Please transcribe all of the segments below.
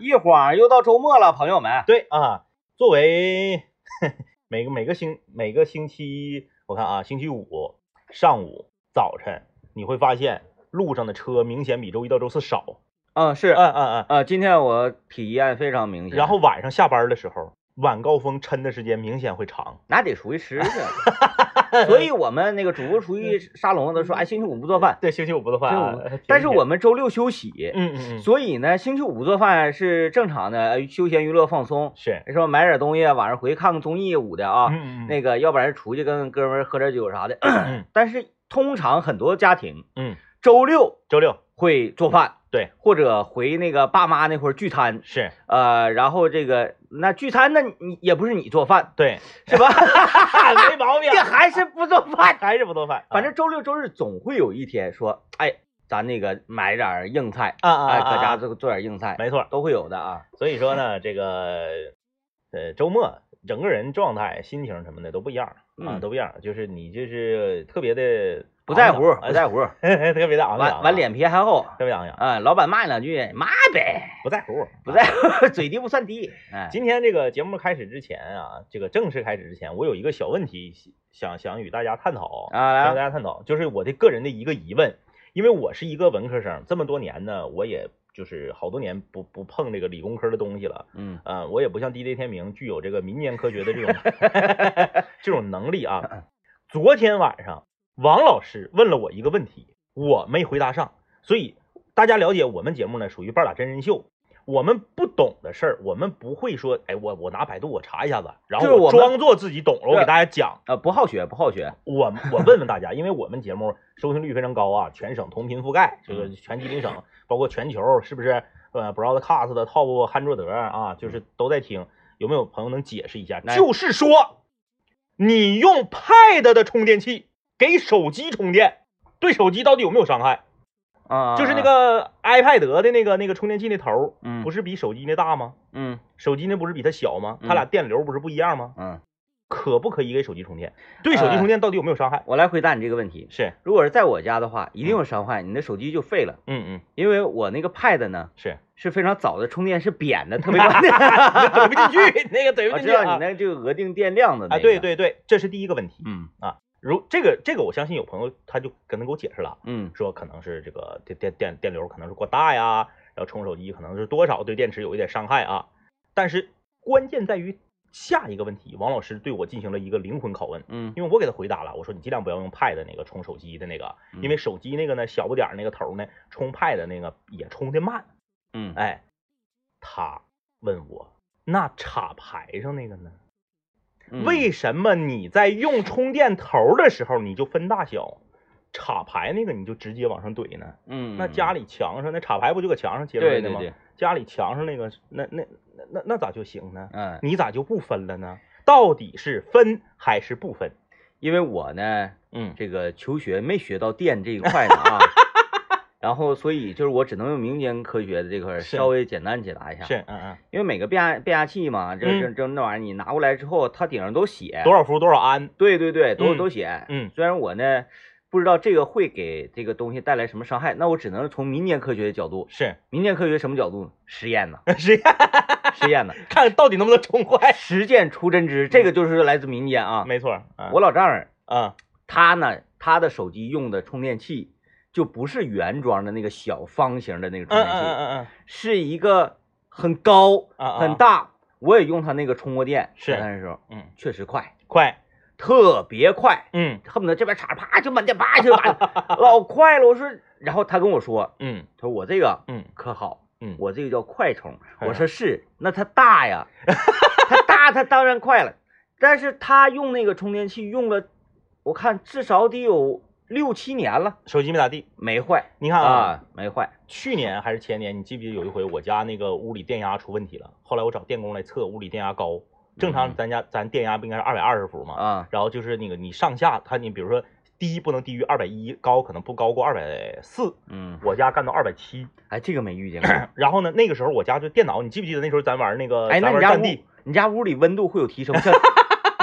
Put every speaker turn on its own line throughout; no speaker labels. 一晃又到周末了，朋友们，
对啊，作为每个每个星每个星期，我看啊，星期五上午早晨，你会发现路上的车明显比周一到周四少。
嗯，是，
嗯嗯嗯。
呃，今天我体验非常明显，
然后晚上下班的时候，晚高峰抻的时间明显会长。
那得出去吃去， 所以我们那个主播厨艺沙龙都说，哎，星期五不做饭，
对，星期五不做饭
星期
啊
五，
挺
但是
明
我
显
们周六休息，
嗯嗯嗯，
所以呢，星期五做饭是正常的，呃休闲娱乐放松，
是，
说买点东西，晚上回看个综艺舞的啊，
嗯嗯
那个要不然出去跟哥们儿喝点酒啥的。
嗯
但是通常很多家庭
嗯，
周六
周六
会做饭，
对，
或者回那个爸妈那块儿聚餐，
是
呃，然后这个那聚餐那你也不是你做饭
对，
是吧？
没毛病
这，还是不做饭，
还是不做饭，
反正周六周日总会有一天说，哎，咱那个买点儿硬菜，
啊啊
哎，
啊，
搁
啊
家做做点硬菜，
没错。
都会有的啊。
所以说呢，这个呃周末整个人状态、心情什么的都不一样啊，
嗯
都不一样。就是你就是特别的
不在乎，
昂扬
不在乎，
哎 特别的昂扬啊，
完完脸皮还厚，
特别昂扬，
啊，老板骂你两句，骂呗，
不在乎，
不在乎，嘴低不算低，哎，
今天这个节目开始之前啊，这个正式开始之前，我有一个小问题想想与大家探讨
啊来啊
想与大家探讨，就是我的个人的一个疑问，因为我是一个文科生，这么多年呢，我也就是好多年不不碰这个理工科的东西了，
嗯
呃，我也不像 DJ 天明具有这个民间科学的 这种这种能力啊。昨天晚上，王老师问了我一个问题，我没回答上，所以大家了解我们节目呢，属于半打真人秀。我们不懂的事儿，我们不会说，哎，我我拿百度我查一下子，然
就是
后
我们
装作自己懂了，我
对
给大家讲。
呃，不好学，不好学，
我我问问大家，因为我们节目收听率非常高啊，全省同频覆盖，这个
嗯
全吉林省，包括全球，是不是？呃，broadcast 的 top 汉卓德啊，就是都在听，有没有朋友能解释一下？
嗯来
就是说，你用 Pad 的充电器给手机充电，对手机到底有没有伤害？
啊，
就是那，个 iPad 的那个那个充电器那头儿，
嗯，
不
是，
是比手机那大吗？
嗯
手机那不是比它小吗？
嗯
它俩电流不是不一样吗？
嗯，
可不可以给手机充电？对手机
哎
充电到底有没有伤害？
我来回答你这个问题。
是，
如果是在我家的话，一定有伤害，你的手机就废了，
嗯嗯。
因为我那个 Pad 呢
是
是非常早的充电是扁的，特 别关键。
怼不进去，那个怼
我
不进
知
去
道你
啊！
那个就有额定电量的那
啊，
个，
对，对对，这是第一个问题。
嗯
如这个这个，我相信有朋友他就可能给我解释了，
嗯
说可能是这个电电电电流可能是过大呀，然后充手机可能是多少对电池有一点伤害啊。但是关键在于下一个问题，王老师对我进行了一个灵魂拷问，
嗯
因为我给他回答了，我说你尽量不要用 Pad 那个充手机的那个，
嗯
因为手机那个呢小不点儿那个头呢，充 Pad 那个也充的慢。
嗯，
哎，他问我，那插排上那个呢？
嗯，
为什么你在用充电头的时候你就分大小，插排那个你就直接往上怼呢？
嗯，
那家
里
里墙上那插排不就搁墙上接出来
对
的
对
吗？
对，
家里墙上那个那那那那那咋就行呢？
嗯，
你咋就不分了呢？到底是分还是不分？
因为我呢。
嗯，
这个求学没学到电这一块呢 啊，然后所以就是我只能用民间科学的这块儿
是
稍微简单解答一下，
是，嗯嗯，
因为每个变压变压器嘛，这这这那玩意儿你拿过来之后，它顶上都写，
多少伏多少安？
对对对，都
嗯
都写。
嗯
虽然我呢不知道这个会给这个东西带来什么伤害，那我只能从民间科学的角度，
是
民间科学什么角度呢？实验呢，
是，
实 验呢，
看到底能不能冲坏？
实践出真知，这个就是来自民间啊。
没错，啊
我老丈人
啊
他呢，他的手机用的充电器就不是原装的那个小方形的那个充
嗯嗯
电器，
嗯嗯嗯，
是一个很高、
啊啊
很大。我也用它那个充过电，
是
那时候
嗯，
确实快，
快，
特别快，
嗯
恨不得这边插啪就满电啪 就完了，老快了。我说，然后他跟我说，
嗯
他说我这个
嗯
可好，
嗯
我这个叫快充。
哎呀
我说是，那它大 呀，它大，它当然快了。但是他用那个充电器用了，我看至少得有六七年了，
手机没咋地。
没坏
你看啊，
啊，没坏。
去年还是前年，你记不记得有一回我家那个屋里电压出问题了？后来我找电工来测，屋里电压高，正常
嗯
咱家咱电压不应该是二百二十伏吗？
啊，
然后就是那个你上下，它你比如说低不能低于二百一，高可能不高过二百四，
嗯，
我家干到二百七。
哎，这个没遇见 过。
然后呢，那个时候我家就电脑，你记不记得那时候咱玩那个
哎，那
咱
你
玩
家
战
屋
地，
你家屋里温度会有提升，像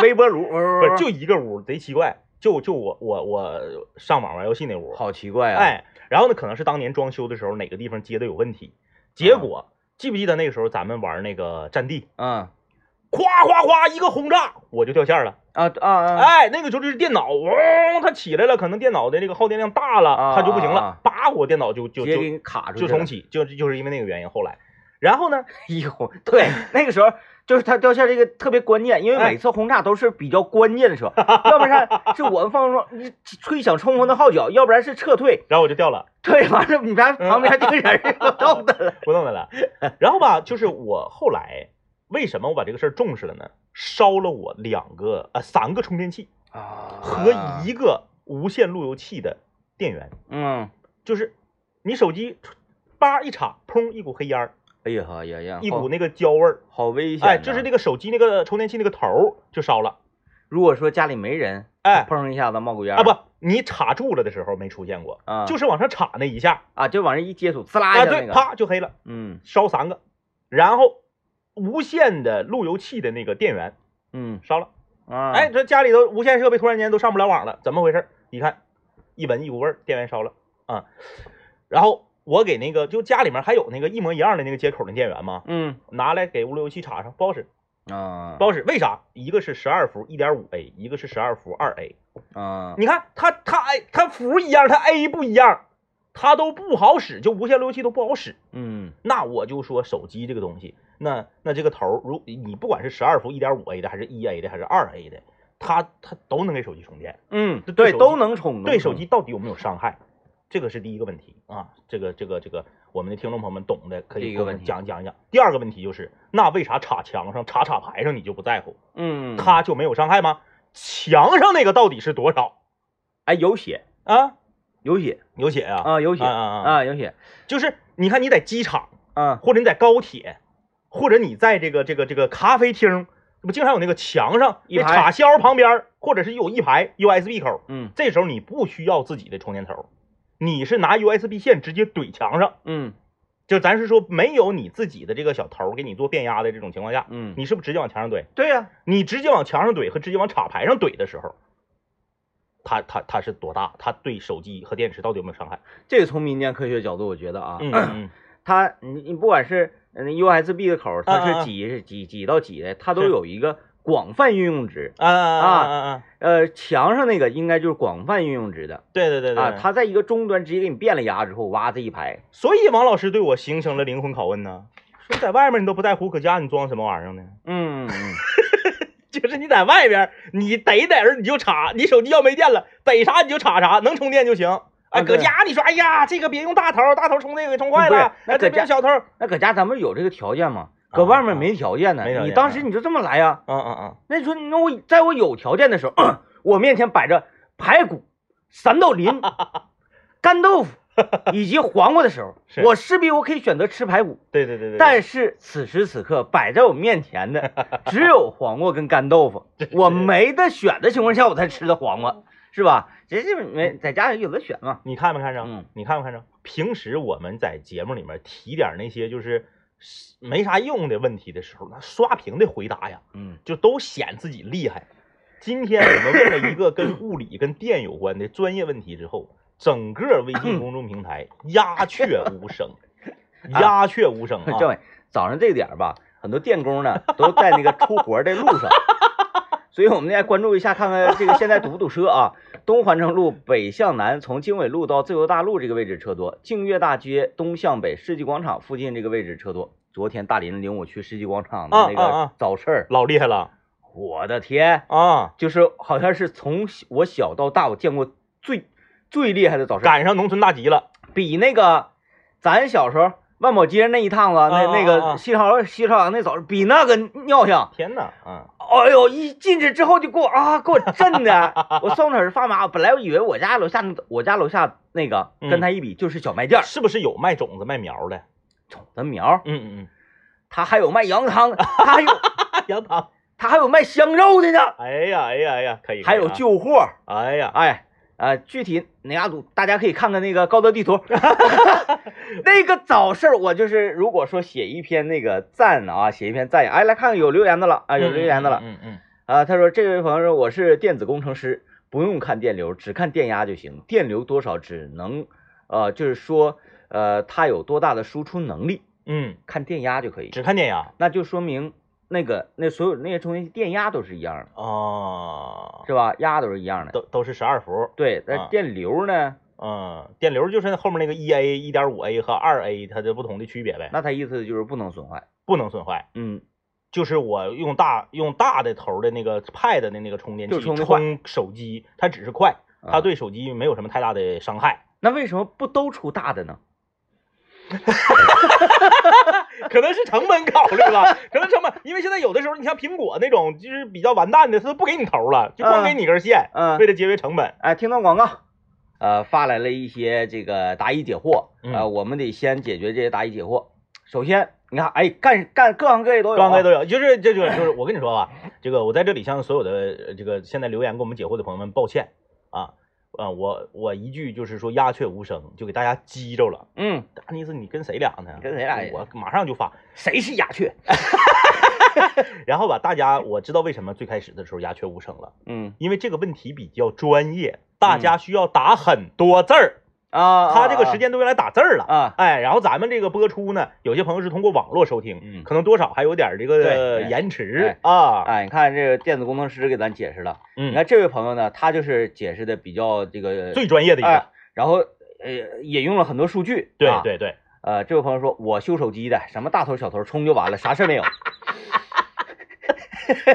微波炉，
不
不
是就一个屋，贼奇怪，就就我我我上网玩游戏那屋，哎
好奇怪啊。，
哎，然后呢，可能是当年装修的时候哪个地方接的有问题，结果记不记得那个时候咱们玩那个战地，
啊
夸夸夸一个轰炸我就掉线了。
啊啊啊！
哎，那个时候就是电脑嗡，它起来了，可能电脑的这个耗电量大了，
啊
它就不行
啊
了，叭，我电脑就就
直接给
就
你卡出去
就
了，
重启，就就是因为那个原因。后来，然后呢，
哎呦，对，那个时候就是它掉线这个特别关键，因为
哎
每次轰炸都是比较关键的时候，要不然是我们放松吹响冲锋的号角，要不然是撤退，
然后我就掉了，
对，完了你们旁边这个人儿就到的 了，
不弄它了。 然后吧，就是我后来为什么我把这个事儿重视了呢？烧了我两个呃三个充电器啊
啊
和一个无线路由器的电源，
嗯，
就是你手机叭一插，砰一股黑烟儿，
哎呀哎呀呀，
一
好
股那个焦味儿，
好危险，
哎，就是那
个，
个手机那个充电器那个头儿就烧了，
如果说家里没人，
哎。
砰一下子冒个烟儿
啊，不，你插住了的时候没出现过，
啊，
就是往上插那一下，
啊，就往上一接触，呲啦
啊，
一下那
对，
个，
啪就黑了，
嗯
烧三个，然后无线的路由器的那个电源
嗯
烧了，
啊，
哎，，这家里头无线设备突然间都上不了网了，怎么回事？一看，一闻一股味儿，电源烧了啊，然后我给那个就家里面还有那个一模一样的那个接口的电源吗？
嗯
拿来给无路由器插上，不好使，
啊，
不好使，为啥？一个是十二伏一点五 A，一个是十二伏二 A，
啊，
你看它它 A 它符一样，它 A 不一样，它都不好使，就无线路由器都不好使。
嗯
那我就说手机这个东西，那那这个头儿，如你不管是十二伏一点五 A 的，还是一 A 的，还是二 A 的，它它都能给手机充电，
嗯，
对
对，
手
都
机
能充，
对
能
手
充
机到底有没有伤害？这个是第一个问题啊，这个这个这个，我们的听众朋友们懂的可
第一
以
个
给我们
问题
讲讲一讲。第二个问题就是，那为啥插墙上、插插排上你就不在乎，
嗯，
它就没有伤害吗？墙上那个到底是多少
哎有血
啊？
有血
有写啊
啊有血
啊啊啊！
啊有血
就是你看你在机场，
啊
或者你在高铁，或者你在这个这个这个咖啡厅，不经常有那个墙上
一排
那插销旁边，或者是有一排 USB 口，
嗯
这时候你不需要自己的充电头，你是拿 USB 线直接怼墙上，
嗯
就咱是说没有你自己的这个小头给你做变压的这种情况下，
嗯，
你是不是直接往墙上怼？
对呀
你直接往墙上怼和直接往插排上怼的时候。它它它是多大？它对手机和电池到底有没有伤害？
这个从民间科学角度我觉得啊，
嗯嗯
它你你不管是嗯 USB 的口儿，
啊
它
啊
是几是几几到几的，它都
是
有一个广泛运用值。
嗯啊啊啊啊啊！
呃，墙上那个应该就是广泛运用值的
对对对对，
啊，它在一个终端直接给你变了压之后，哇，这一排
所以王老师对我形成了灵魂拷问呢，说你在外面你都不在乎，搁家你装什么玩意儿呢？
嗯，嗯
就是你在外边，你逮哪儿你就插，你手机要没电了，逮啥你就插啥，能充电就行。哎，
啊
搁
对
家你说，哎呀，这个别用大头，大头充这个给充坏
不是
了，
那
哎，
搁
这边
家
小头，嗯
那搁家咱们有这个条件吗？搁外面没条件呢，
啊没条件
你当时你就这么来呀、
嗯嗯，
那你说，那我在我有条件的时候， 我面前摆着排骨、三豆 林、干豆腐以及黄瓜的时候，
是
我势必我可以选择吃排骨，
对对对对，
但是此时此刻摆在我面前 的只有黄瓜跟干豆腐，我没得选的情况下我才吃的黄瓜，
嗯
是吧？这这没在家有的选嘛，
你看没看着？
嗯
你看没看着？平时我们在节目里面提点那些就是没啥用的问题的时候，那刷屏的回答呀，
嗯
就都显自己厉害。今天我们问了一个跟物理、跟电有关的专业问题之后，整个微信公众平台鸦雀无声，鸦雀无声
政
啊！
委，早 上这个点儿吧，很多电工呢都在那个出活儿的路上， 所以我们来关注一下，看看这个现在堵不堵车啊？东环城路北向南，从经纬路到自由大路这个位置车多；净月大街东向北，世纪广场附近这个位置车多。昨天大林领我去世纪广场的那
啊啊
个
啊
早市儿，
老厉害了
我的天，
啊！
就是好像是从小我小到大我见过最最厉害的早市儿，
赶上农村大集了，
比那个咱小时候万宝街那一趟子，那
啊
那
啊啊
个西朝西朝阳那早比那个尿性。
天哪啊！
哎呦，一进去之后就给我啊，给我震的，我双腿儿发麻。本来我以为我家楼下那我家楼下那个
嗯
跟他一比就是小卖店儿，
是不是有卖种子、卖苗的？
种子苗儿，
嗯嗯嗯
他还有卖羊汤，他还有
啊，杨糖。
他还有卖香肉的呢，
哎呀哎呀哎呀，可以。可以
还有
啊，
旧货儿。
哎呀，
哎，呃，具体哪家堵，大家可以看看那个高德地图。 那个早市儿，我就是如果说写一篇那个赞啊，写一篇赞扬，哎，来看看有留言的了啊，有留言的了
嗯嗯嗯，
啊。他说这位朋友说我是电子工程师，不用看电流，只看电压就行，电流多少只能，呃，就是说，呃，它有多大的输出能力。
嗯，
看电压就可以。
只看电压
那就说明那个那所有那些充气电压都是一样的，
啊，
是吧？压都是一样的。
都都是十二伏，
对，
啊
那电流呢？
嗯，电流就是后面那个一 A、一点五 A 和二 A 它的不同的区别呗，
那它意思就是不能损坏。
不能损坏。
嗯，
就是我用大用大的头的那个 Pad 的那个充电器
就充得快
充手机，它只是快，
啊
它对手机没有什么太大的伤害。
那为什么不都出大的呢？
可能是成本考虑吧，可能成本，因为现在有的时候你像苹果那种就是比较完蛋的，它都不给你头了，就光
啊
给你根线，
嗯、
为了节约成本。
哎，听到广告，呃，发来了一些这个答疑解惑，
嗯
啊、我们得先解决这些答疑解惑。首先，你看，哎，干干各行各业都有、啊，
各行各业都有，就是这个就是我跟你说啊，这个我在这里向所有的呃这个现在留言给我们解惑的朋友们抱歉啊，呃，我我一句就是说鸦雀无声，就给大家激着了。
嗯，
大妮子，你跟谁俩呢？
跟谁俩呀
我马上就发，
谁是鸦雀？
然后吧，大家我知道为什么最开始的时候鸦雀无声了，
嗯
因为这个问题比较专业，大家需要打很多字儿，
啊，
他这个时
间
间都用来打字儿了。
啊，
哎，然后咱们这个播出呢，有些朋友是通过网络收听，
嗯
可能多少还有点这个
对哎
延迟
哎
啊。
哎，你看这个电子工程师给咱解释了，
嗯，
你看这位朋友呢，他就是解释的比较这个
最专业的一个
哎，然后呃也用了很多数据，
对
啊
对对，
呃，这位朋友说，我修手机的，什么大头小头充就完了，啥事儿没有，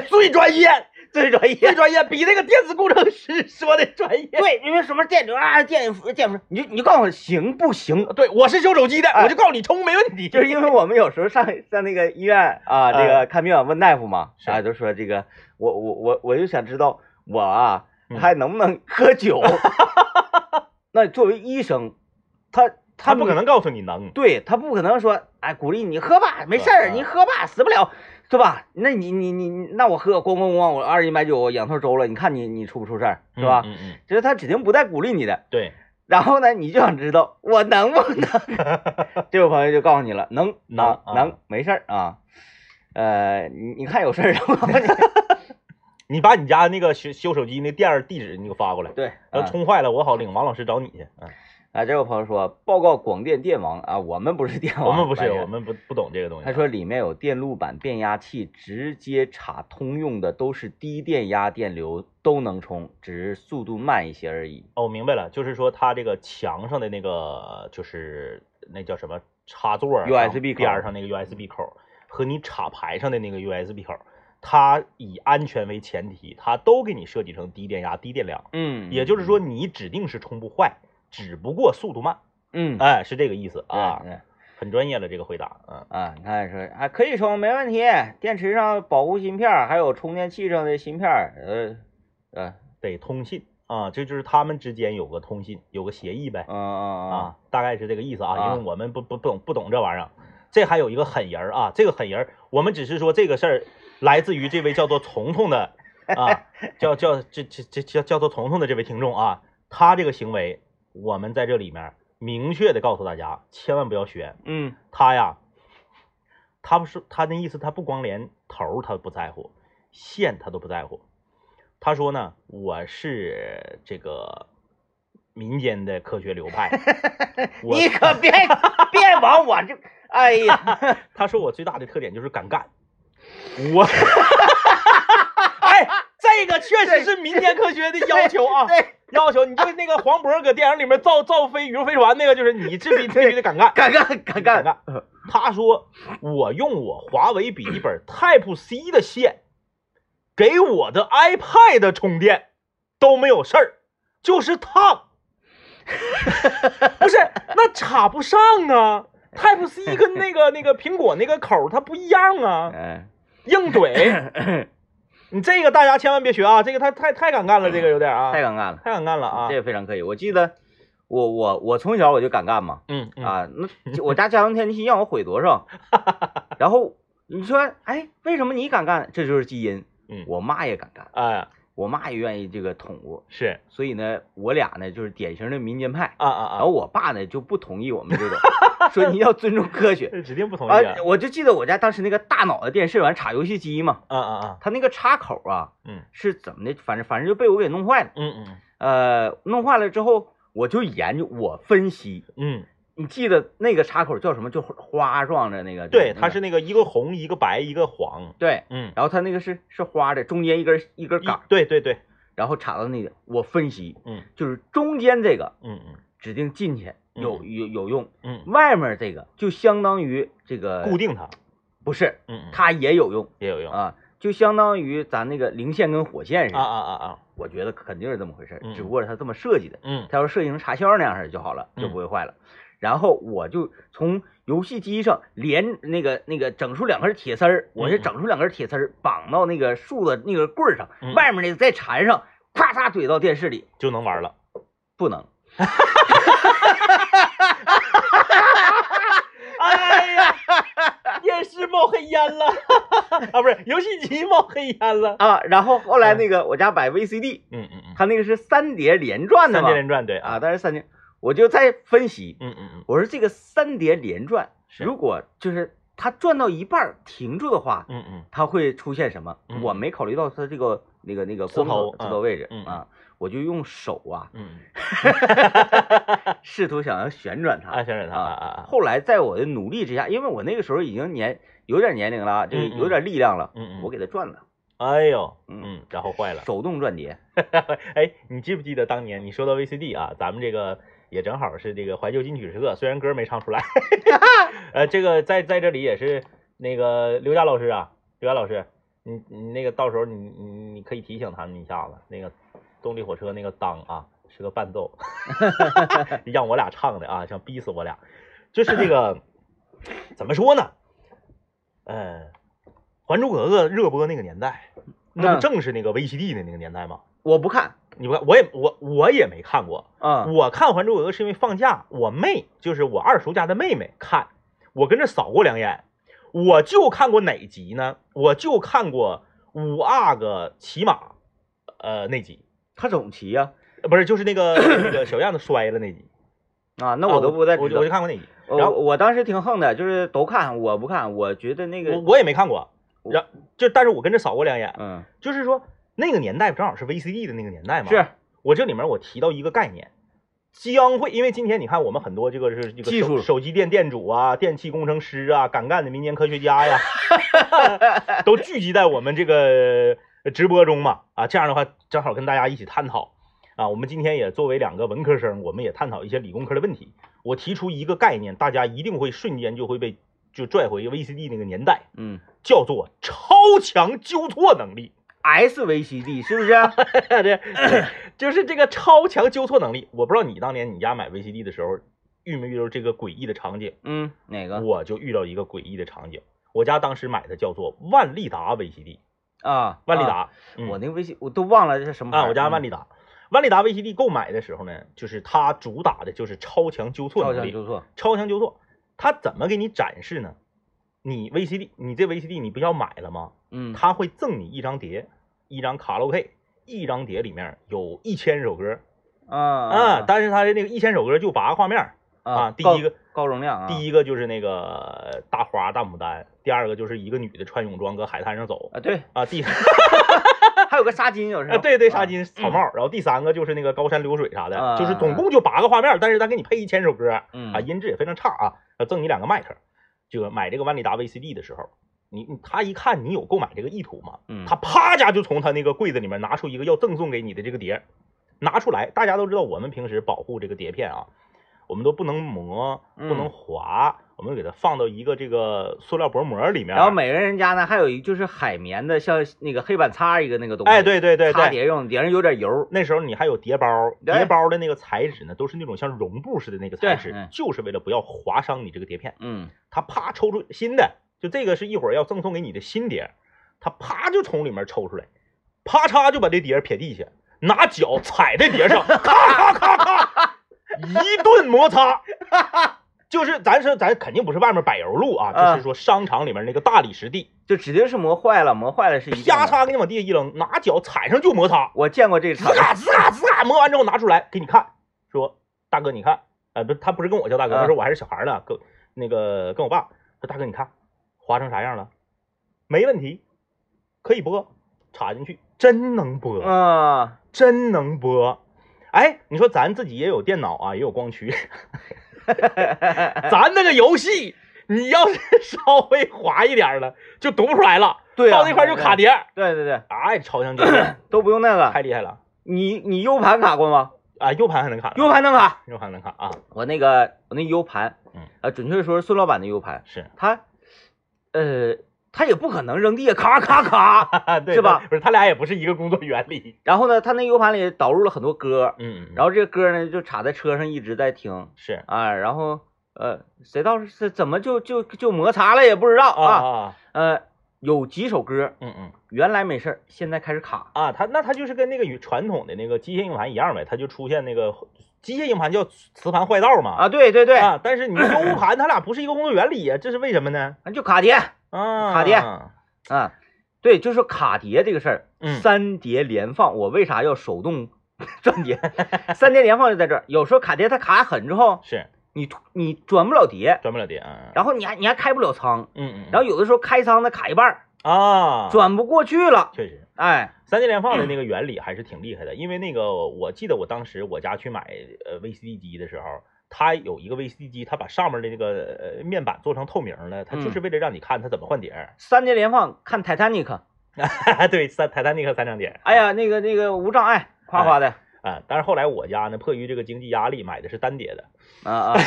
最专业，
最专业
最专业，比那个电子工程师 说的专 业。
对，因为什么电流啊、电电伏，你就你就告诉我行不行？
对，我是修手机的，
哎
我就告诉你充没问题。
就是因为我们有时候上上那个医院啊，这
哎
个看病问大夫嘛，
是
啊，就说这个我我我我就想知道我啊
嗯
还能不能喝酒？ 那作为医生，他
他嗯
他
不可
能，
能告诉你能，
对他不可能说哎鼓励你喝吧，没事
哎
儿，
哎
你喝吧，死不了。对吧？那你你你你那我喝咣咣咣，我二斤白酒我仰头周了，你看你你出不出事儿，是吧？
嗯嗯，
就是他指定不带鼓励你的，
对，
然后呢，你就想知道我能不能？ 这位朋友就告诉你了，能，
能
啊
啊
能，没事儿啊。呃，你你看有事儿 吗？
你把你家那个修修手机那店儿地址你给我发过来，
对，
要
啊
充坏了我好领王老师找你去。嗯，
啊，这位朋友说报告广电电网啊，我们不是电网，
我们不是，
反正
我。们不不懂这个东西。
他说里面有电路板、变压器，直接插通用的都是低电压电流，都能充，只是速度慢一些而已。
哦，我明白了，就是说它这个墙上的那个就是那叫什么插座儿啊
USB 口嗯
边儿上那个 USB 口儿和你插排上的那个 USB 口儿，它以安全为前提，它都给你设计成低电压、低电量，
嗯
也就是说，你指定是充不坏，只不过速度慢，
嗯
哎，是这个意思
啊
啊，，很专业了这个回答，嗯，
啊，你看说啊，可以充，没问题。电池上保护芯片儿，还有充电器上的芯片儿，呃，呃，
得通信啊，这就是他们之间有个通信，有个协议呗，
嗯嗯嗯
啊，大概是这个意思啊，
啊
因为我们不不不懂不懂这玩意儿。这还有一个狠人儿啊，这个狠人儿，我们只是说这个事儿来自于这位叫做彤彤的啊，叫叫这这这叫叫做彤彤的这位听众啊，他这个行为，我们在这里面明确的告诉大家，千万不要学
嗯
他呀。他不是他那意思，他不光连头儿他不在乎，线他都不在乎。他说呢，我是这个民间的科学流派，我
你可 别别往我这，哎呀，
他说我最大的特点就是敢干，我， 哎，这个确实是民间科学的要求啊，
对，
要求你就那个黄渤搁电影里面造造飞宇宙飞船那个，就是你这必必须得敢干。
敢干敢
敢
干，
干！嗯他说我用我华为笔记本 Type C 的线给我的 iPad 充电都没有事儿，就是烫。 不是，那插不上啊。Type C 跟那个那个苹果那个口儿它不一样啊，
嗯，
硬怼。你这个大家千万别学啊，这个他太太敢干了，这个有点啊，
嗯太敢干了，
太敢干了啊
这。个非常可以。我记得我我我从小我就敢干嘛，
嗯嗯
啊，那就我家家用天气让我毁多 少，然后你说，哎，为什么你敢干？这就是基因。
嗯
我妈也敢干，
哎
我妈也愿意这个捅咕。
是
所以呢，我俩呢就是典型的民间派，
啊啊
然
啊
后，我爸呢就不同意我们这种，说你要尊重科学
这指定不 同
啊
意啊。。
我就记得我家当时那个大脑袋电视完插游戏机嘛，
啊啊啊，
它那个插口啊
嗯
是怎么的，反正反正就被我给弄坏了。
嗯嗯
呃，弄坏了之后，我就研究，我分析
嗯
你记得那个岔口叫什么？就花状的那个。
对，
就
它是那个一个红一个白一个黄，
对，
嗯，
然后它那个是是花的，中间一根一根
一
杆儿，
对对对，
然后插到那个。我分析，
嗯，
就是中间这个
嗯嗯
指定进去有有有用，
嗯，
外面这个就相当于这个
固定它，
不是，
嗯，嗯
它也有用嗯
也有用啊
啊，就相当于咱那个零线跟火线似
啊
的，
啊啊，
我觉得肯定是这么回事儿，
嗯
只不过是它这么设计的。
嗯
它要是设计成插销那样式儿就好了，就不会坏了。然后我就从游戏机上连那个那个整出两根铁丝儿，我是整出两根铁丝儿绑到那个树的那个棍儿上，
嗯
外面那个再缠上，咔嚓怼到电视里，
就能玩了。
不能。
哎呀，电视冒黑烟了啊，不是游戏机冒黑烟了。
啊，然后后来那个我家买 VCD，
嗯嗯嗯，
它那个是三碟连转的
三
嘛
碟，连转对
啊，，但是三碟，我就在分析，
嗯嗯嗯
我说这个三碟连转，
是
如果就是它转到一半儿停住的话，
嗯嗯，
它会出现什么？
嗯
我没考虑到它这个那个那个
字
光
头
头字头位置、
嗯嗯
啊，我就用手啊，
嗯，
试图想要旋转它。
啊，小沈他啊啊啊，
后来在我的努力之下，因为我那个时候已经年有点年龄了啊，这个
嗯嗯
有点力量了，
嗯嗯，
我给它转了，
哎呦，
嗯
嗯，然后坏了。
手动转碟。
哎，你记不记得当年你说到 VCD 啊？咱们这个也正好是这个怀旧金曲社，虽然歌没唱出来，呃，这个在在这里也是那个刘佳老师啊，刘佳老师，你你那个到时候你你你可以提醒他们一下子，那个动力火车那个当啊是个伴奏，让我俩唱的啊，想逼死我俩，就是这个怎么说呢？呃，《还珠格格》热播那个年代，
嗯
那不正是那个 VCD 的那个年代吗？
我不看，
你不看，我也我我也没看过。
嗯
我看《还珠格格》是因为放假，我妹就是我二叔家的妹妹看，我跟着扫过两眼。我就看过哪集呢？我就看过五阿哥骑马，呃，那集
它总齐呀、
呃不是就是 那个那个小燕子摔了那集。
啊，那我都不
在，
太
我
知
就
道
我就。看过那集，
我
然后
我当时挺横的，就是都看，我不看，我觉得那
我
个，
我也没看过。
我
然就但是我跟着扫过两眼，
嗯，
就是说那个年代正好是 VCD 的那个年代嘛。
是
我这里面我提到一个概念，将会因为今天你看我们很多这个是这个
技
手
术
手机店店主啊、电气工程师啊、敢干的民间科学 家呀，都聚集在我们这个直播中嘛啊，这样的话正好跟大家一起探讨啊。我们今天也作为两个文科生，我们也探讨一些理工科的问题。我提出一个概念，大家一定会瞬间就会被就拽回 VCD 那个年代，
嗯
叫做超强纠错能力。
，SVCD 是不是？
这哎就是这个超强纠错能力。我不知道你当年你家买 VCD 的时候遇没遇到这个诡异的场景，
嗯，哪个
我就遇到一个诡异的场景。我家当时买的叫做万利达 VCD，
啊？
万利
啊
达，嗯
我那微信我都忘了是什么牌
啊，
儿
我家万
嗯
利达，万利达 VCD 购买的时候呢，就是它主打的就是超强纠错
照
能
相
力，
纠错，
超强纠错，它怎么给你展示呢？你 VCD，你这 VCD 你不要买了吗？
嗯，
他会赠你一张碟，一张卡拉 OK，一张碟里面有一千首歌，
啊啊
啊，但是它的那个一千首歌就八个画面儿啊，第一个
高容量啊，
第
一
一个就是那个大花大牡丹，第二个就是一个女的穿泳装搁海滩上走
啊对，
啊，第
还有个纱巾有时
啊
候，
对对
啊
纱，巾草帽儿，然后第三个就是那个高山流水啥的，
啊
就是总共就八个画面儿，但是他给你配一千首歌啊，
嗯
音质也非常差啊，啊赠你两个麦克，这个买这个万利达 VCD 的时候。你你他一看你有购买这个意图嘛，
嗯
他啪家就从他那个柜子里面拿出一个要赠送给你的这个碟儿，拿出来。大家都知道，我们平时保护这个碟片啊，我们都不能磨，不
嗯
能划，我们给它放到一个这个塑料薄膜里面。
然后每个人家呢还有一就是海绵的，像那个黑板擦一个那个东西，
哎，对对对
擦
对，
碟用，碟上有点油，
那时候你还有碟包，
对
碟包的那个材质呢，都是那种像绒布似的那个材
对
质
嗯，
就是为了不要划伤你这个碟片。
嗯
他啪抽出新的，就这个是一会儿要赠送给你的新碟儿，他啪就从里面抽出来，啪嚓就把这碟儿撇地下，拿脚踩在 碟上，咔咔咔咔，一顿摩擦。就是咱说咱肯定不是外面柏油路啊，
啊
就是说商场里面那个大理石地，
就指定是磨坏了，磨坏了是一定
啪
的。
嚓给你往地下一扔，拿脚踩上就摩擦，
我见过 这个
滋
场景，
嘎滋嘎滋嘎，磨啊完之后拿出来给你看，说大哥你看，呃不，他不是跟我叫大哥，
啊
他说我还是小孩呢，跟那个跟我爸说大哥你看划成啥样了，没问题，可以播，插进去真能播，
啊，
真能播。哎，你说咱自己也有电脑啊，也有光驱，咱那个游戏，你要是稍微滑一点儿了，就读不出来了，
对啊
到那块儿就卡碟儿，
对对对，
哎，朝向九面，
都不用那
太
个。
厉害了
你你 U 盘卡过吗
啊！右盘还能卡呢，
？U 盘能卡。
右盘能卡啊，
我那个我那 U 盘
嗯，
呃，准确地说是孙老板的 U 盘，
是
他，呃，他也不可能扔地下咔咔 咔。
啊，对
是吧
他不是，他俩也不是一个工作原理，
然后呢，他那 U 盘里导入了很多歌，
嗯，嗯嗯
然后这个歌呢就插在车上一直在听
是
啊，然后呃，谁道是怎么就就就摩擦了也不知道
啊
啊，
啊，
呃，有几首歌
嗯嗯
原来没事儿，现在开始卡。
啊，他那他就是跟那个与传统的那个机械硬盘一样呗，他就出现那个机械硬盘叫磁盘坏道嘛，
啊，对对对，
啊，但是你 U 盘它俩不是一个工作原理呀，这是为什么呢？
就卡碟
啊，
卡电啊，对，就是卡碟这个事儿，
嗯
三碟连放，我为啥要手动 转碟？三碟连放就在这儿，有时候卡碟它卡狠之后，
是
你突你转不了碟，
转不了碟啊，
然后你还你还开不了仓，
嗯嗯，
然后有的时候开仓它卡一半儿，
啊，
转不过去了，
确实。
哎，
三碟连放的那个原理还是挺厉害的，因为那个我记得我当时我家去买呃 VCD 机的时候，它有一个 VCD 机，它把上面的那个呃面板做成透明的，它
嗯
就是为了让你看它怎么换碟儿。
三碟连放看《泰坦尼克》，
对，三《泰坦尼克》三张碟儿
哎呀，那个那个无障碍，夸夸的，
啊。但是后来我家呢，迫于这个经济压力，买的是单碟的，
啊啊，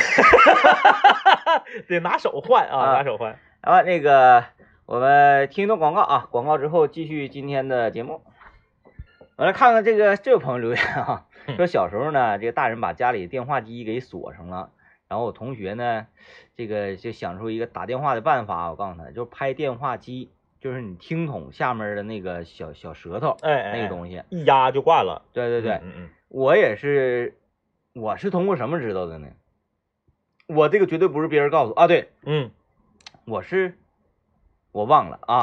得拿手换啊，
啊
拿手换。
然后那个我们听一段广告啊，广告之后继续今天的节目。我来看看这个这位朋友留言啊，
嗯
说小时候呢，这个大人把家里电话机给锁上了，然后我同学呢，这个就想出一个打电话的办法，啊我告诉他，就是拍电话机，就是你听筒下面的那个小小舌头
哎哎，
那个
西
东西。
一压就挂了。
对对对，
嗯嗯
我也是，我是通过什么知道的呢？我这个绝对不是别人告诉我啊，对，
嗯，
我是我忘了 啊，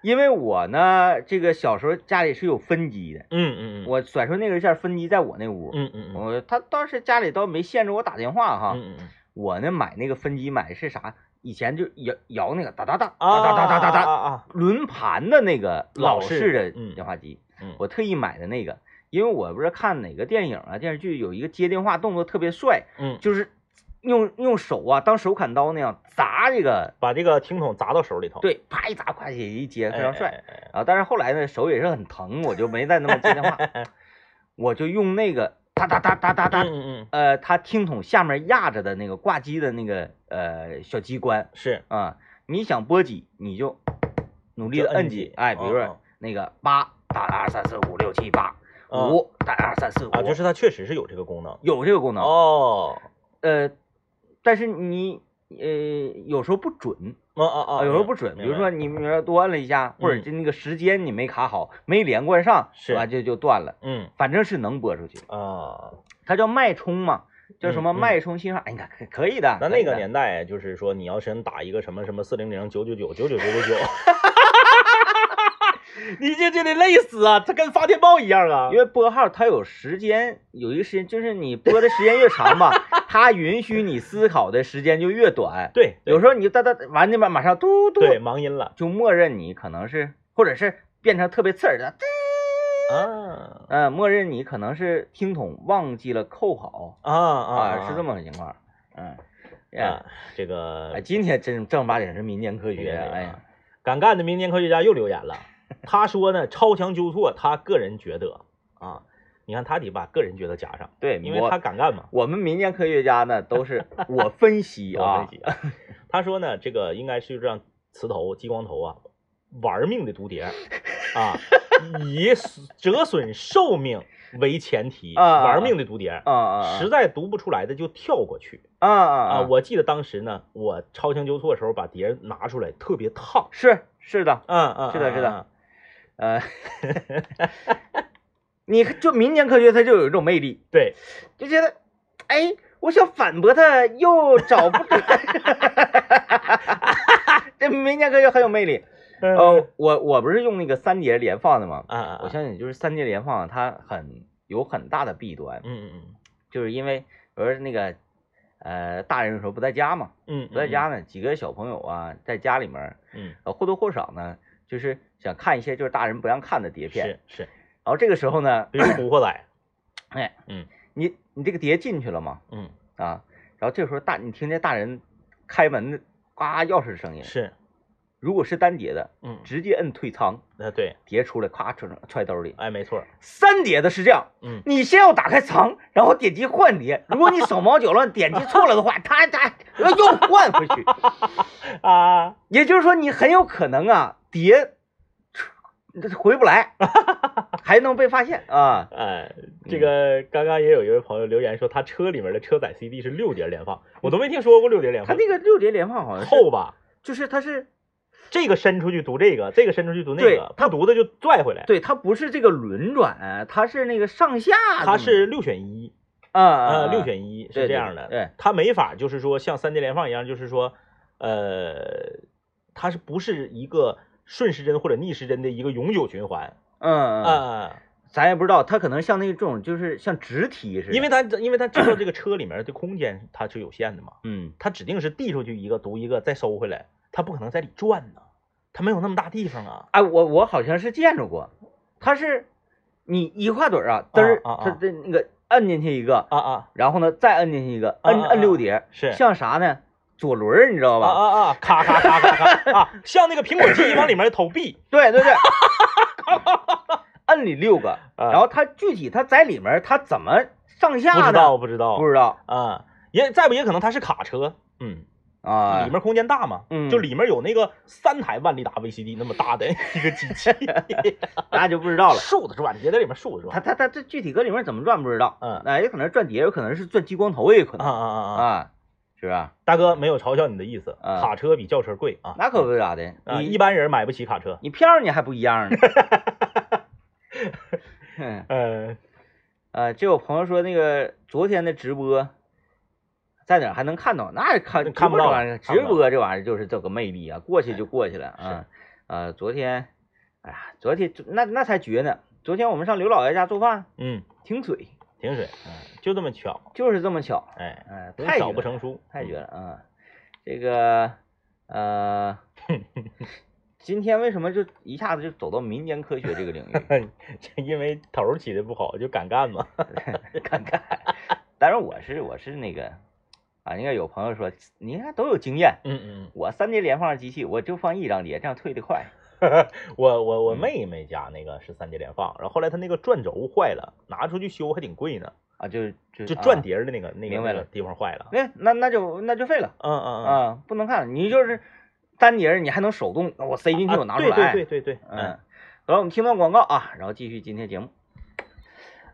因为我呢，这个小时候家里是有分机的，
嗯嗯嗯，
我甩出那根线，分机在我那屋。
嗯嗯嗯
我啊他当时家里倒没限制我打电话哈，
嗯嗯嗯
我呢买那个分机买的是啥？以前就摇摇那个哒哒哒
啊
哒哒哒哒
啊
哒
啊，
轮盘的那个
老
老
式
式的
嗯
电话机，
嗯
我特意买的那个，因为我不是看哪个电影啊电视剧有一个接电话动作特别帅，
嗯，
就是用用手啊当手砍刀那样砸这个
把这个听筒砸到手里头。
对，啪一砸，夸起一接，
哎，
非常帅
哎。哎哎
啊！但是后来呢，手也是很疼，我就没再那么接电 话，我就用那个哒哒哒哒哒
嗯
哒，
嗯嗯，
呃，它听筒下面压着的那个挂机的那个呃小机关
是
啊，你想拨几你就努力的
就摁
摁
几
几，哎，比如
嗯嗯
说那个八打二三四五六七八，
嗯
五打二三四五，
啊，就是它确实是有这个功能。
有这个功能，
哦，
呃，但是你呃有时候不准，
啊啊啊，
啊，有时候
明
不准，比
明
如说
白
你比如说多按了一下，或者
嗯
就那个时间你没卡好，没连贯上，
是
吧？就就断了，
嗯
反正是能播出去。
啊，
它叫脉冲嘛，叫什么
嗯嗯
脉冲信号？哎，你看可可以的。
那
可以
那个
的
年代就是说你要真打一个什么什么四零零九九九九九九九九，你这这得累死啊！这跟发电报一样啊
因为拨号它有时间，有一个时间就是你拨的时间越长吧，它允许你思考的时间就越短。
对， 对
有时候你就哒哒完那边马上嘟嘟，
对忙音了
就默认你可能是，或者是变成特别刺耳的，嘟
啊
嗯、默认你可能是听筒忘记了扣好。
啊啊
啊，是这
么
么个情况。嗯，哎
啊，这个
哎，今天真正儿八经是民间科学，哎
啊
呀，
敢干的民间科学家又 留言了，他说呢，超强纠错，他个人觉得啊，你看他得把个人觉得加上，
对，
因为
我
他敢干嘛。
我们民间科学家呢都 是我分析
我分
啊，
析啊。他说呢，这个应该是让磁头、激光头啊，玩命的读碟儿 啊，以折损寿命为前提，
啊啊啊
玩命的读碟儿。
啊啊
实在读不出来的就跳过去
啊啊
啊！我记得当时呢，我超强纠错的时候把碟儿拿出来，特别烫。
是是的，
嗯嗯，
是的
嗯
是的，呃， 你看就民间科学它就有一种魅力，
对，
就觉得，哎，我想反驳他又找不出来， 这民间科学很有魅力。
嗯
呃，我我不是用那个三碟连放的吗？
啊啊，
我
先
相信就是三节连放，它很有很大的弊端，
嗯嗯
就是因为有时候那个呃大人有时候不在家嘛，
嗯嗯，
不在家呢，几个小朋友啊在家里面儿，
嗯，
呃或多或少呢就是想看一些就是大人不让看的碟
嗯，
片，
是是，
然后这个时候呢，
比如《古惑仔》，
哎，
嗯
你你这个碟进去了吗？
嗯
啊，然后这时候大你听见大人开门的嘎钥匙的声音，
是，
如果是单碟的，
嗯，
直接摁退仓，
啊对，
碟出来咔揣揣兜里。
哎没错，
三碟的是这样，
嗯，
你先要打开藏，然后点击换碟。如果你手忙脚乱，点击错了 的话，它它又换回去。嗯
啊，
也就是说，你很有可能啊，碟回不 来，还能被发现啊。
哎，这个刚刚也有一位朋友留言说，他车里面的车载 CD 是六碟连放，我都没听说过六碟连
它
放，
那个六碟连放好像是，
厚吧？
就是它是
这个伸出去读这个，这个伸出去读那
对
个，他读的就拽回来，
对，它不是这个轮转，它是那个上下这么，
他是六选一，
啊啊
呃，六选一
对呃
是这样的，
对对
他没法就是说像三碟连放一样，就是说，呃，它是不是一个顺时针或者逆时针的一个永久循环
嗯嗯，
啊、
咱也不知道，它可能像那个这种就是像直梯似的，
因为他因为他知道这个车里面的空间它是有限的嘛，
嗯
他指定是递出去一个读一个再收回来，他不可能在里转呢，他没有那么大地方啊。
哎，我我好像是见着过，它是你一画盹儿啊，嘚儿，
啊啊啊
它的那个摁进去一个，
啊啊，
然后呢再摁进去一个，摁
啊啊
摁六碟，
是啊
像啥呢？左轮儿，你知道吧？
啊啊，咔咔咔咔咔啊，像那个苹果机往里面投币，
对对对，摁里六个，
啊
然后它具体它在里面它怎么上下
不
的
知道不知道
不知道
啊，也再不也可能它是卡车，嗯，
啊
里？面空间大嘛，
嗯
就里面有那个三台万利达 VCD 那么大的一个机 器，
那就不知道了。
竖着转，也在里面竖着
它
转，
它它这具体搁里面怎么转不知道，
嗯
那也可能是转碟，有可能是转激光头，也有可
啊
能
啊啊啊！
啊，是吧？
大哥没有嘲笑你的意思，
啊
卡车比轿车贵啊，
那可不咋的，
啊，
你
一般人买不起卡车，
你票你还不一样呢。嗯，
呃，
呃，这有朋友说那个昨天的直播在哪儿还能看到？那看
看
直
不到
播这玩意儿，
看不
直
到
播这玩意儿就是这个魅力啊，过去就过去了
是
啊。呃，昨天，哎呀，昨天那那才绝呢。昨天我们上刘老爷家做饭，
嗯，
停水，
停水，嗯，就这么巧，
就是这么巧，
哎，
哎、
真
太
巧
绝
不
了
成书，
太绝了啊！这个 呃，今天为什么就一下子就走到民间科学这个领域？
嗯， 因为头儿起的不好就敢干嘛，
看看。但是我是我是那个啊，应该有朋友说，你看都有经验。
嗯嗯。
我三碟连放的机器，我就放一张碟，这样退的快。
我我我
嗯
妹妹家那个是三碟连放，然后后来她那个转轴坏了，拿出去修还挺贵呢，
啊，就就
就
啊
转碟儿的那个、那个
明白
那
了
个地方坏了。
那那那就那就废了
嗯嗯嗯，
啊，不能看。你就是单碟儿，你还能手动，我塞进去，
啊
我拿出来。
对对对对对，
嗯，好，我们听段广告啊，然后继续今天节目。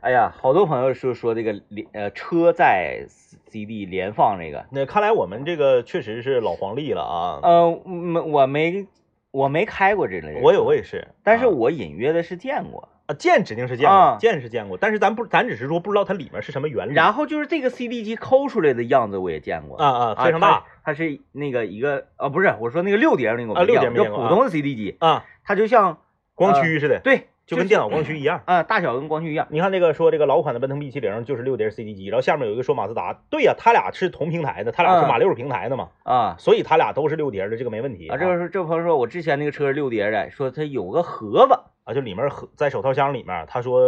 哎呀，好多朋友说说这个连呃车载 CD 连放这个，
那看来我们这个确实是老黄历了啊。
呃，没我没我没开过这类车，
我有我也是，
但是
啊
我隐约的是见过。
啊剑指定是见过
啊，
剑是见过，但是咱不咱只是说不知道它里面是什么原理。
然后就是这个 CD 机抠出来的样子，我也见过
啊啊非常大
它，它是那个一个啊，不是我说那个六碟儿那个我
啊
没
六
见
碟儿
过，
没见
就
过
普
啊
通的 CD 机，
啊，
它就像
光
呃
驱似的，
对，
就是跟电脑光驱一样。
啊，大小跟光驱一样。
你看那个说这个老款的奔腾 B 七零就是六碟 CD 机，然后下面有一个说马自达，对呀、它俩是同平台的，它俩是
嗯
马六平台的嘛，
啊
所以它俩都是六碟的，这个没问题
啊，这个是这个朋友说，我之前那个车是六碟儿的，说它有个盒子
啊，就里面盒在手套箱里面，他说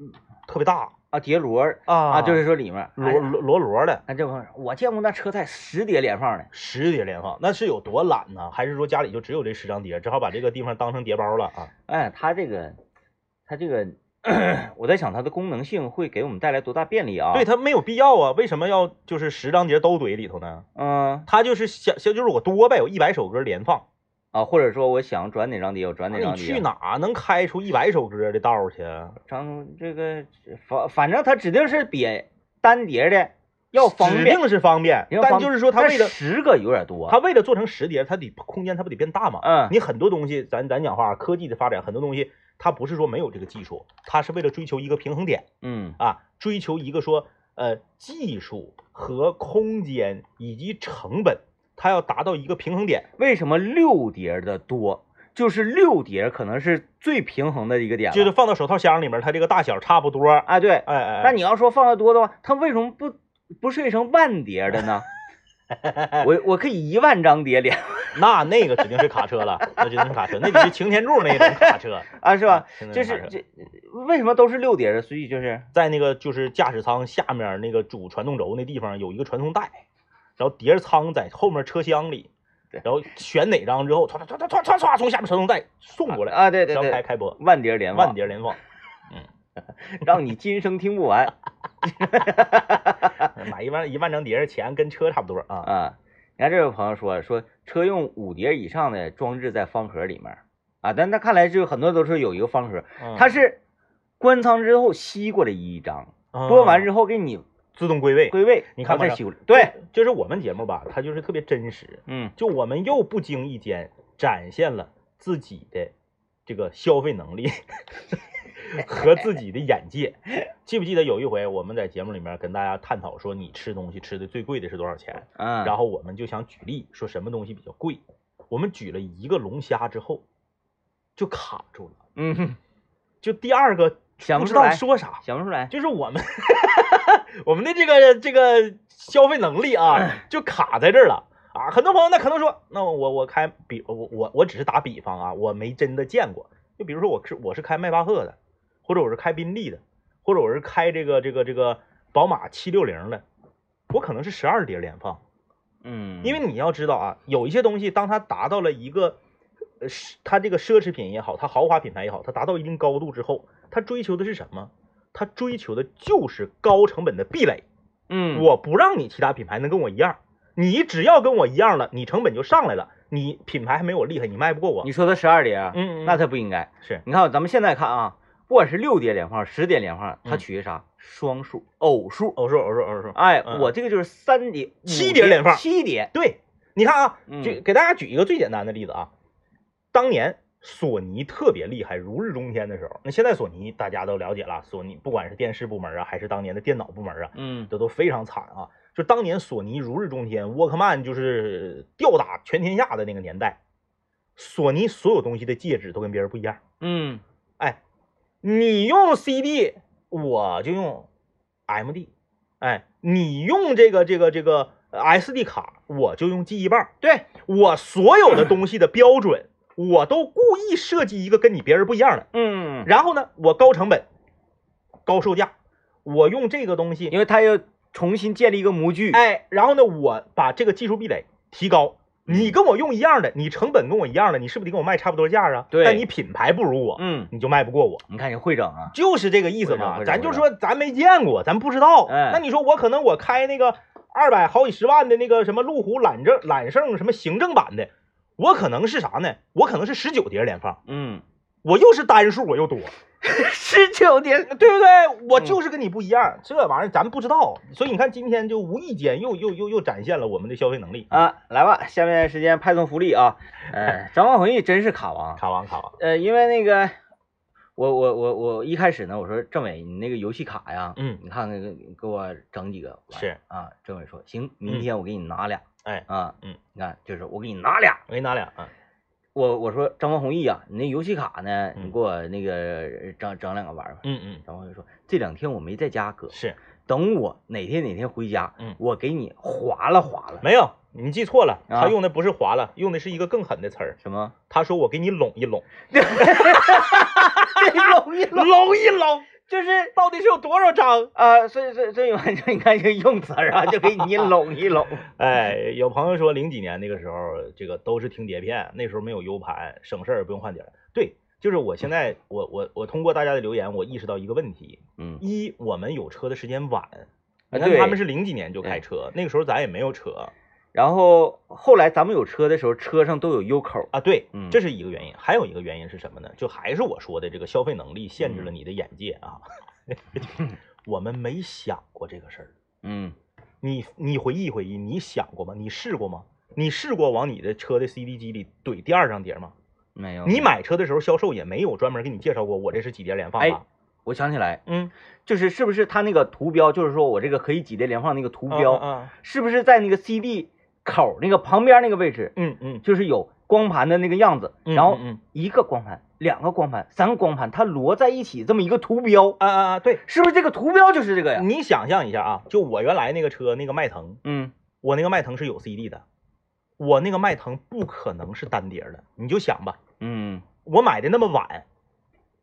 嗯特别大
啊，碟螺儿
啊
啊，就是说里面
摞
哎
摞摞摞的
啊，这朋友说，我见过那车载十碟连放的，
十碟连放，那是有多懒呢？还是说家里就只有这十张碟，只好把这个地方当成碟包了啊？
哎，它这个它这个， 我在想它的功能性会给我们带来多大便利啊？
对，，它没有必要啊，为什么要就是十张碟都怼里头呢？
嗯。
它就是想想就是我多呗，有一百首歌连放，
啊，或者说我想转哪张碟，我转哪
那
张
你
碟。
去哪能开出一百首歌的道儿去？
张这个反反正它指定是比单碟的要方
指
便，
定是方便，
要
但
方
就是说它
但
为了
十个有点多。
它为了做成十碟，它得空间它不得变大嘛？
嗯
你很多东西，咱咱讲话，科技的发展，很多东西它不是说没有这个技术，它是为了追求一个平衡点
嗯
啊，追求一个说呃技术和空间以及成本，它要达到一个平衡点。
为什么六碟的多？就是六碟可能是最平衡的一个点了。
就是放到手套箱里面，它这个大小差不多。哎
啊，对。
哎，
那你要说放的多的话，它为什么不不设计成万碟的呢？ 我我可以一万张叠连
那那个指定是卡车了，那指定是卡车，那得是擎天柱那种卡车，
啊，是 吧？
擎天柱
就
卡
是
车
这为什么都是六碟儿的？所以就是
在那个就是驾驶舱下面那个主传动轴那地方有一个传送带，然后叠着仓在后面车厢里，
对
然后选哪张之后，唰唰唰唰唰唰唰从下面传送带送过来，
啊，对对
然后开
对，
开播，
万碟儿连
万
放，
碟连放，
让你今生听不完
买一万一万张碟儿钱跟车差不多啊。
啊！你看这位朋友说说车用五碟儿以上的装置在方盒里面儿啊，但那看来就很多都是有一个方盒，
嗯
它是关仓之后吸过来一张，播完
后
之后给你
自动归位，
归位，
嗯你看
然后
吧
再
这
修。对，，
就是我们节目吧，它就是特别真实，
嗯，
就我们又不经意间展现了自己的这个消费 能力和自己的眼界。记不记得有一回我们在节目里面跟大家探讨说，你吃东西吃的最贵的是多少钱？
嗯，
然
后
后我们就想举例说什么东西比较贵，我们举了一个龙虾之后就卡住了，
嗯，
就第二个
想
不
不
知
出
道
来
说啥，
想不出来，
就是我们 我们的这个这个消费能力啊，就卡在这儿了啊。很多朋友那可能说，那我我开比我我我只是打比方啊，我没真的见过。就比如说我是我是开迈巴赫的，或者我是开宾利的，或者我是开这个这个这个宝马七六零的，我可能是十二碟连放，
嗯，
因为你要知道啊，有一些东西当它达到了一个。呃，是它这个奢侈品也好，它豪华品牌也好，它达到一定高度之后，它追求的是什么？它追求的就是高成本的壁垒。
嗯，
我不让你其他品牌能跟我一样，你只要跟我一样了，你成本就上来了，你品牌还没我厉害，你卖不过我。
你说的十二碟啊，
嗯，嗯
那它不应该。
是
你看咱们现在看啊，不管是六碟连放、十碟连放，它
嗯
取的啥？双数、偶数。
偶数偶数偶数。
哎，
嗯
我这个就是三碟、
七
五
碟
碟
连放
七碟。
对，你看啊，
嗯
举给大家举一个最简单的例子啊，当年索尼特别厉害，如日中天的时候，那现在索尼大家都了解了，索尼不管是电视部门啊，还是当年的电脑部门啊，
嗯
这都非常惨啊。就当年索尼如日中天，沃克曼就是吊打全天下的那个年代，索尼所有东西的介质都跟别人不一样。
嗯
哎，你用 CD，我就用 MD，哎，你用这个这个这个呃 SD 卡，我就用记忆棒。对我所有的东西的标准，我都故意设计一个跟你别人不一样的。
嗯，
然后呢，我高成本、高售价，我用这个东西
因为它要重新建立一个模具。
哎，然后呢，我把这个技术壁垒提高。你跟我用一样的，你成本跟我一样的，你是不是得跟我卖差不多价啊？
对
但你品牌不如我，
嗯，
你就卖不过我，
你看你会整啊。
就是这个意思
会的会
嘛。
的
咱就
会的
说咱没见过，咱不知道。
哎
那你说我可能我开那个二百好几十万的那个什么路虎揽证揽胜什么行政版的，我可能是啥呢？我可能是十九碟连放，
嗯，
我又是单数，我又多，
十九碟。
对不对？我
嗯
就是跟你不一样，这玩意儿咱不知道。所以你看，今天就无意间又又又又展现了我们的消费能力。
啊，来吧，下面时间派送福利啊！呃，张万宏毅真是卡王，
卡王卡王，
呃，因为那个，我我我我一开始呢，我说政委，你那个游戏卡呀，
嗯
你看看给给我整几个玩。
是嗯
啊，政委说行，明天我给你拿俩。
哎
啊，
嗯，
你看，就是我给你拿俩。
我给你拿俩啊，
我我说张王弘毅啊，你那游戏卡呢？
嗯
你给我那个整整两个玩玩。
嗯嗯，
张王弘毅说这两天我没在家，哥，
是
等我哪天哪天回家，
嗯
我给你划拉划拉。
没有，你记错了，
啊
他用的不是划了，用的是一个更狠的词儿。
什么？
他说我给你拢一拢，
龙一龙，
拢一拢，
就是
到底是有多少张？
啊，所以所以所以完全你看这个用词儿啊，就给你拢一拢。
哎，有朋友说零几年那个时候，这个都是听碟片，那时候没有 U 盘，省事儿不用换碟儿。对，就是我现在，我我我通过大家的留言，我意识到一个问题：
嗯，
一，我们有车的时间晚，
啊
你看
对哎
他们是零几年就开车，那个时候咱也没有车
然后后来咱们有车的时候，车上都有 U 口。
啊。对，
嗯
这是一个原因。还有一个原因是什么呢？就还是我说的这个消费能力
嗯
限制了你的眼界 啊。我们没想过这个事儿。
嗯
你你回忆回忆，你想过吗？你试过吗？你试过往你的车的 CD 机里怼第二张碟吗？
没有。
你买车的时候，销售也没有专门给你介绍过我这是几碟连放吧？
我想起来，
嗯，
就是是不是它那个图标，就是说我这个可以几碟连放那个图
目
标，
啊，
是不是在那个 CD 口那个旁边那个位置，
嗯嗯，
就是有光盘的那个样子，
嗯
然后
嗯
一个光盘、两个光盘、三个光盘，它摞在一起这么一个图标，
啊啊啊，对，
是不是这个图标就是这个呀？
你想象一下啊，就我原来那个车那个迈腾，
嗯
我那个迈腾是有 CD 的，我那个迈腾不可能是单碟的，你就想吧，
嗯，
我买的那么晚，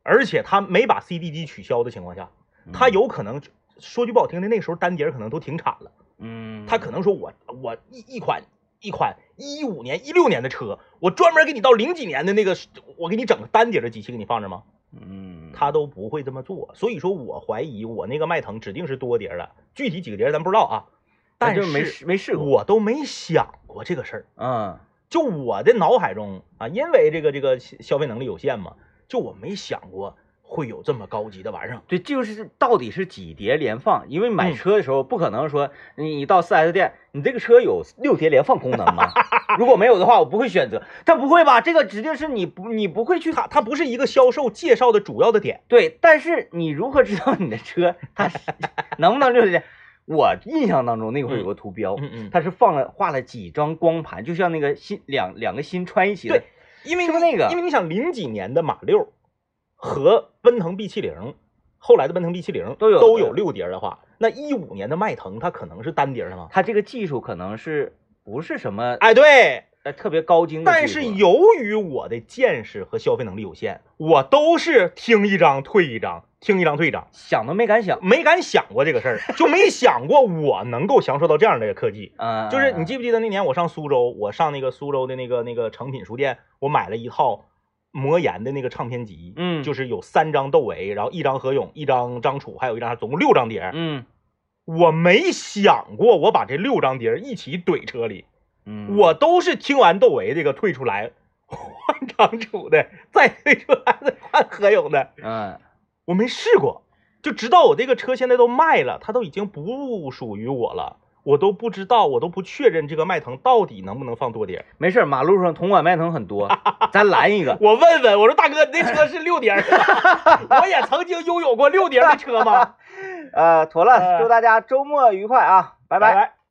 而且他没把 CD 机取消的情况下，
嗯
他，有可能说句不好听的，那时候单碟可能都停产了。
嗯，
他可能说我我一一款一款一五年一六年的车，我专门给你到零几年的那个，我给你整个单碟的机器给你放着吗？
嗯，
他都不会这么做，所以说我怀疑我那个迈腾指定是多碟的，具体几个碟咱不知道啊，但
就是没
是
试没试过，
我都没想过这个事儿。
嗯
就我的脑海中啊，因为这个这个消费能力有限嘛，就我没想过会有这么高级的玩意儿。
对，这就是到底是几碟连放？因为买
嗯
车的时候不可能说你你到 4S 店，你这个车有六碟连放功能吗？ 如果没有的话，我不会选择。但不会吧？这个指定是你不你不会去
它它不是一个销售介绍的主要的点，
对，但是你如何知道你的车它是 能不能六碟？我印象当中那会儿有个图标，
嗯嗯，
它是放了画了几张光盘，就像那个新两两个新穿一起的
对，因为
是不是
你
那个
因为你想零几年的马六和奔腾 B 七零，后来的奔腾 B 七零
都有
都有六碟儿的话，那一五年的迈腾它可能是单碟儿的吗？
它这个技术可能是不是什么
哎，对，
呃特别高精的技
但
术
是
了，
由于我的见识和消费能力有限，我都是听一张退一张，听一张退一张，
想都没敢想，
没敢想过这个事儿，就没想过我能够享受到这样的科技。
嗯，
就是你
嗯
记不记得那年我上苏州，我上那个苏州的那个那个诚品书店，我买了一套魔岩的那个唱片集，
嗯
就是有三张窦唯，然后一张何勇，一张张楚，还有一张总共六张碟儿。
嗯
我没想过我把这六张碟儿一起怼车里，
嗯，
我都是听完窦唯这个退出来，换张楚的，再退出来再换何勇的，
嗯
我没试过。就直到我这个车现在都卖了，它都已经不属于我了，我都不知道，我都不确认这个迈腾到底能不能放多碟儿。
没事儿，马路上铜管迈腾很 多，咱拦一个。
我问问，我说大哥，你那车是六碟儿的吗？ 我也曾经拥有过六碟儿的车吗？
呃，妥了，
呃
祝大家周末愉快啊，拜拜。
拜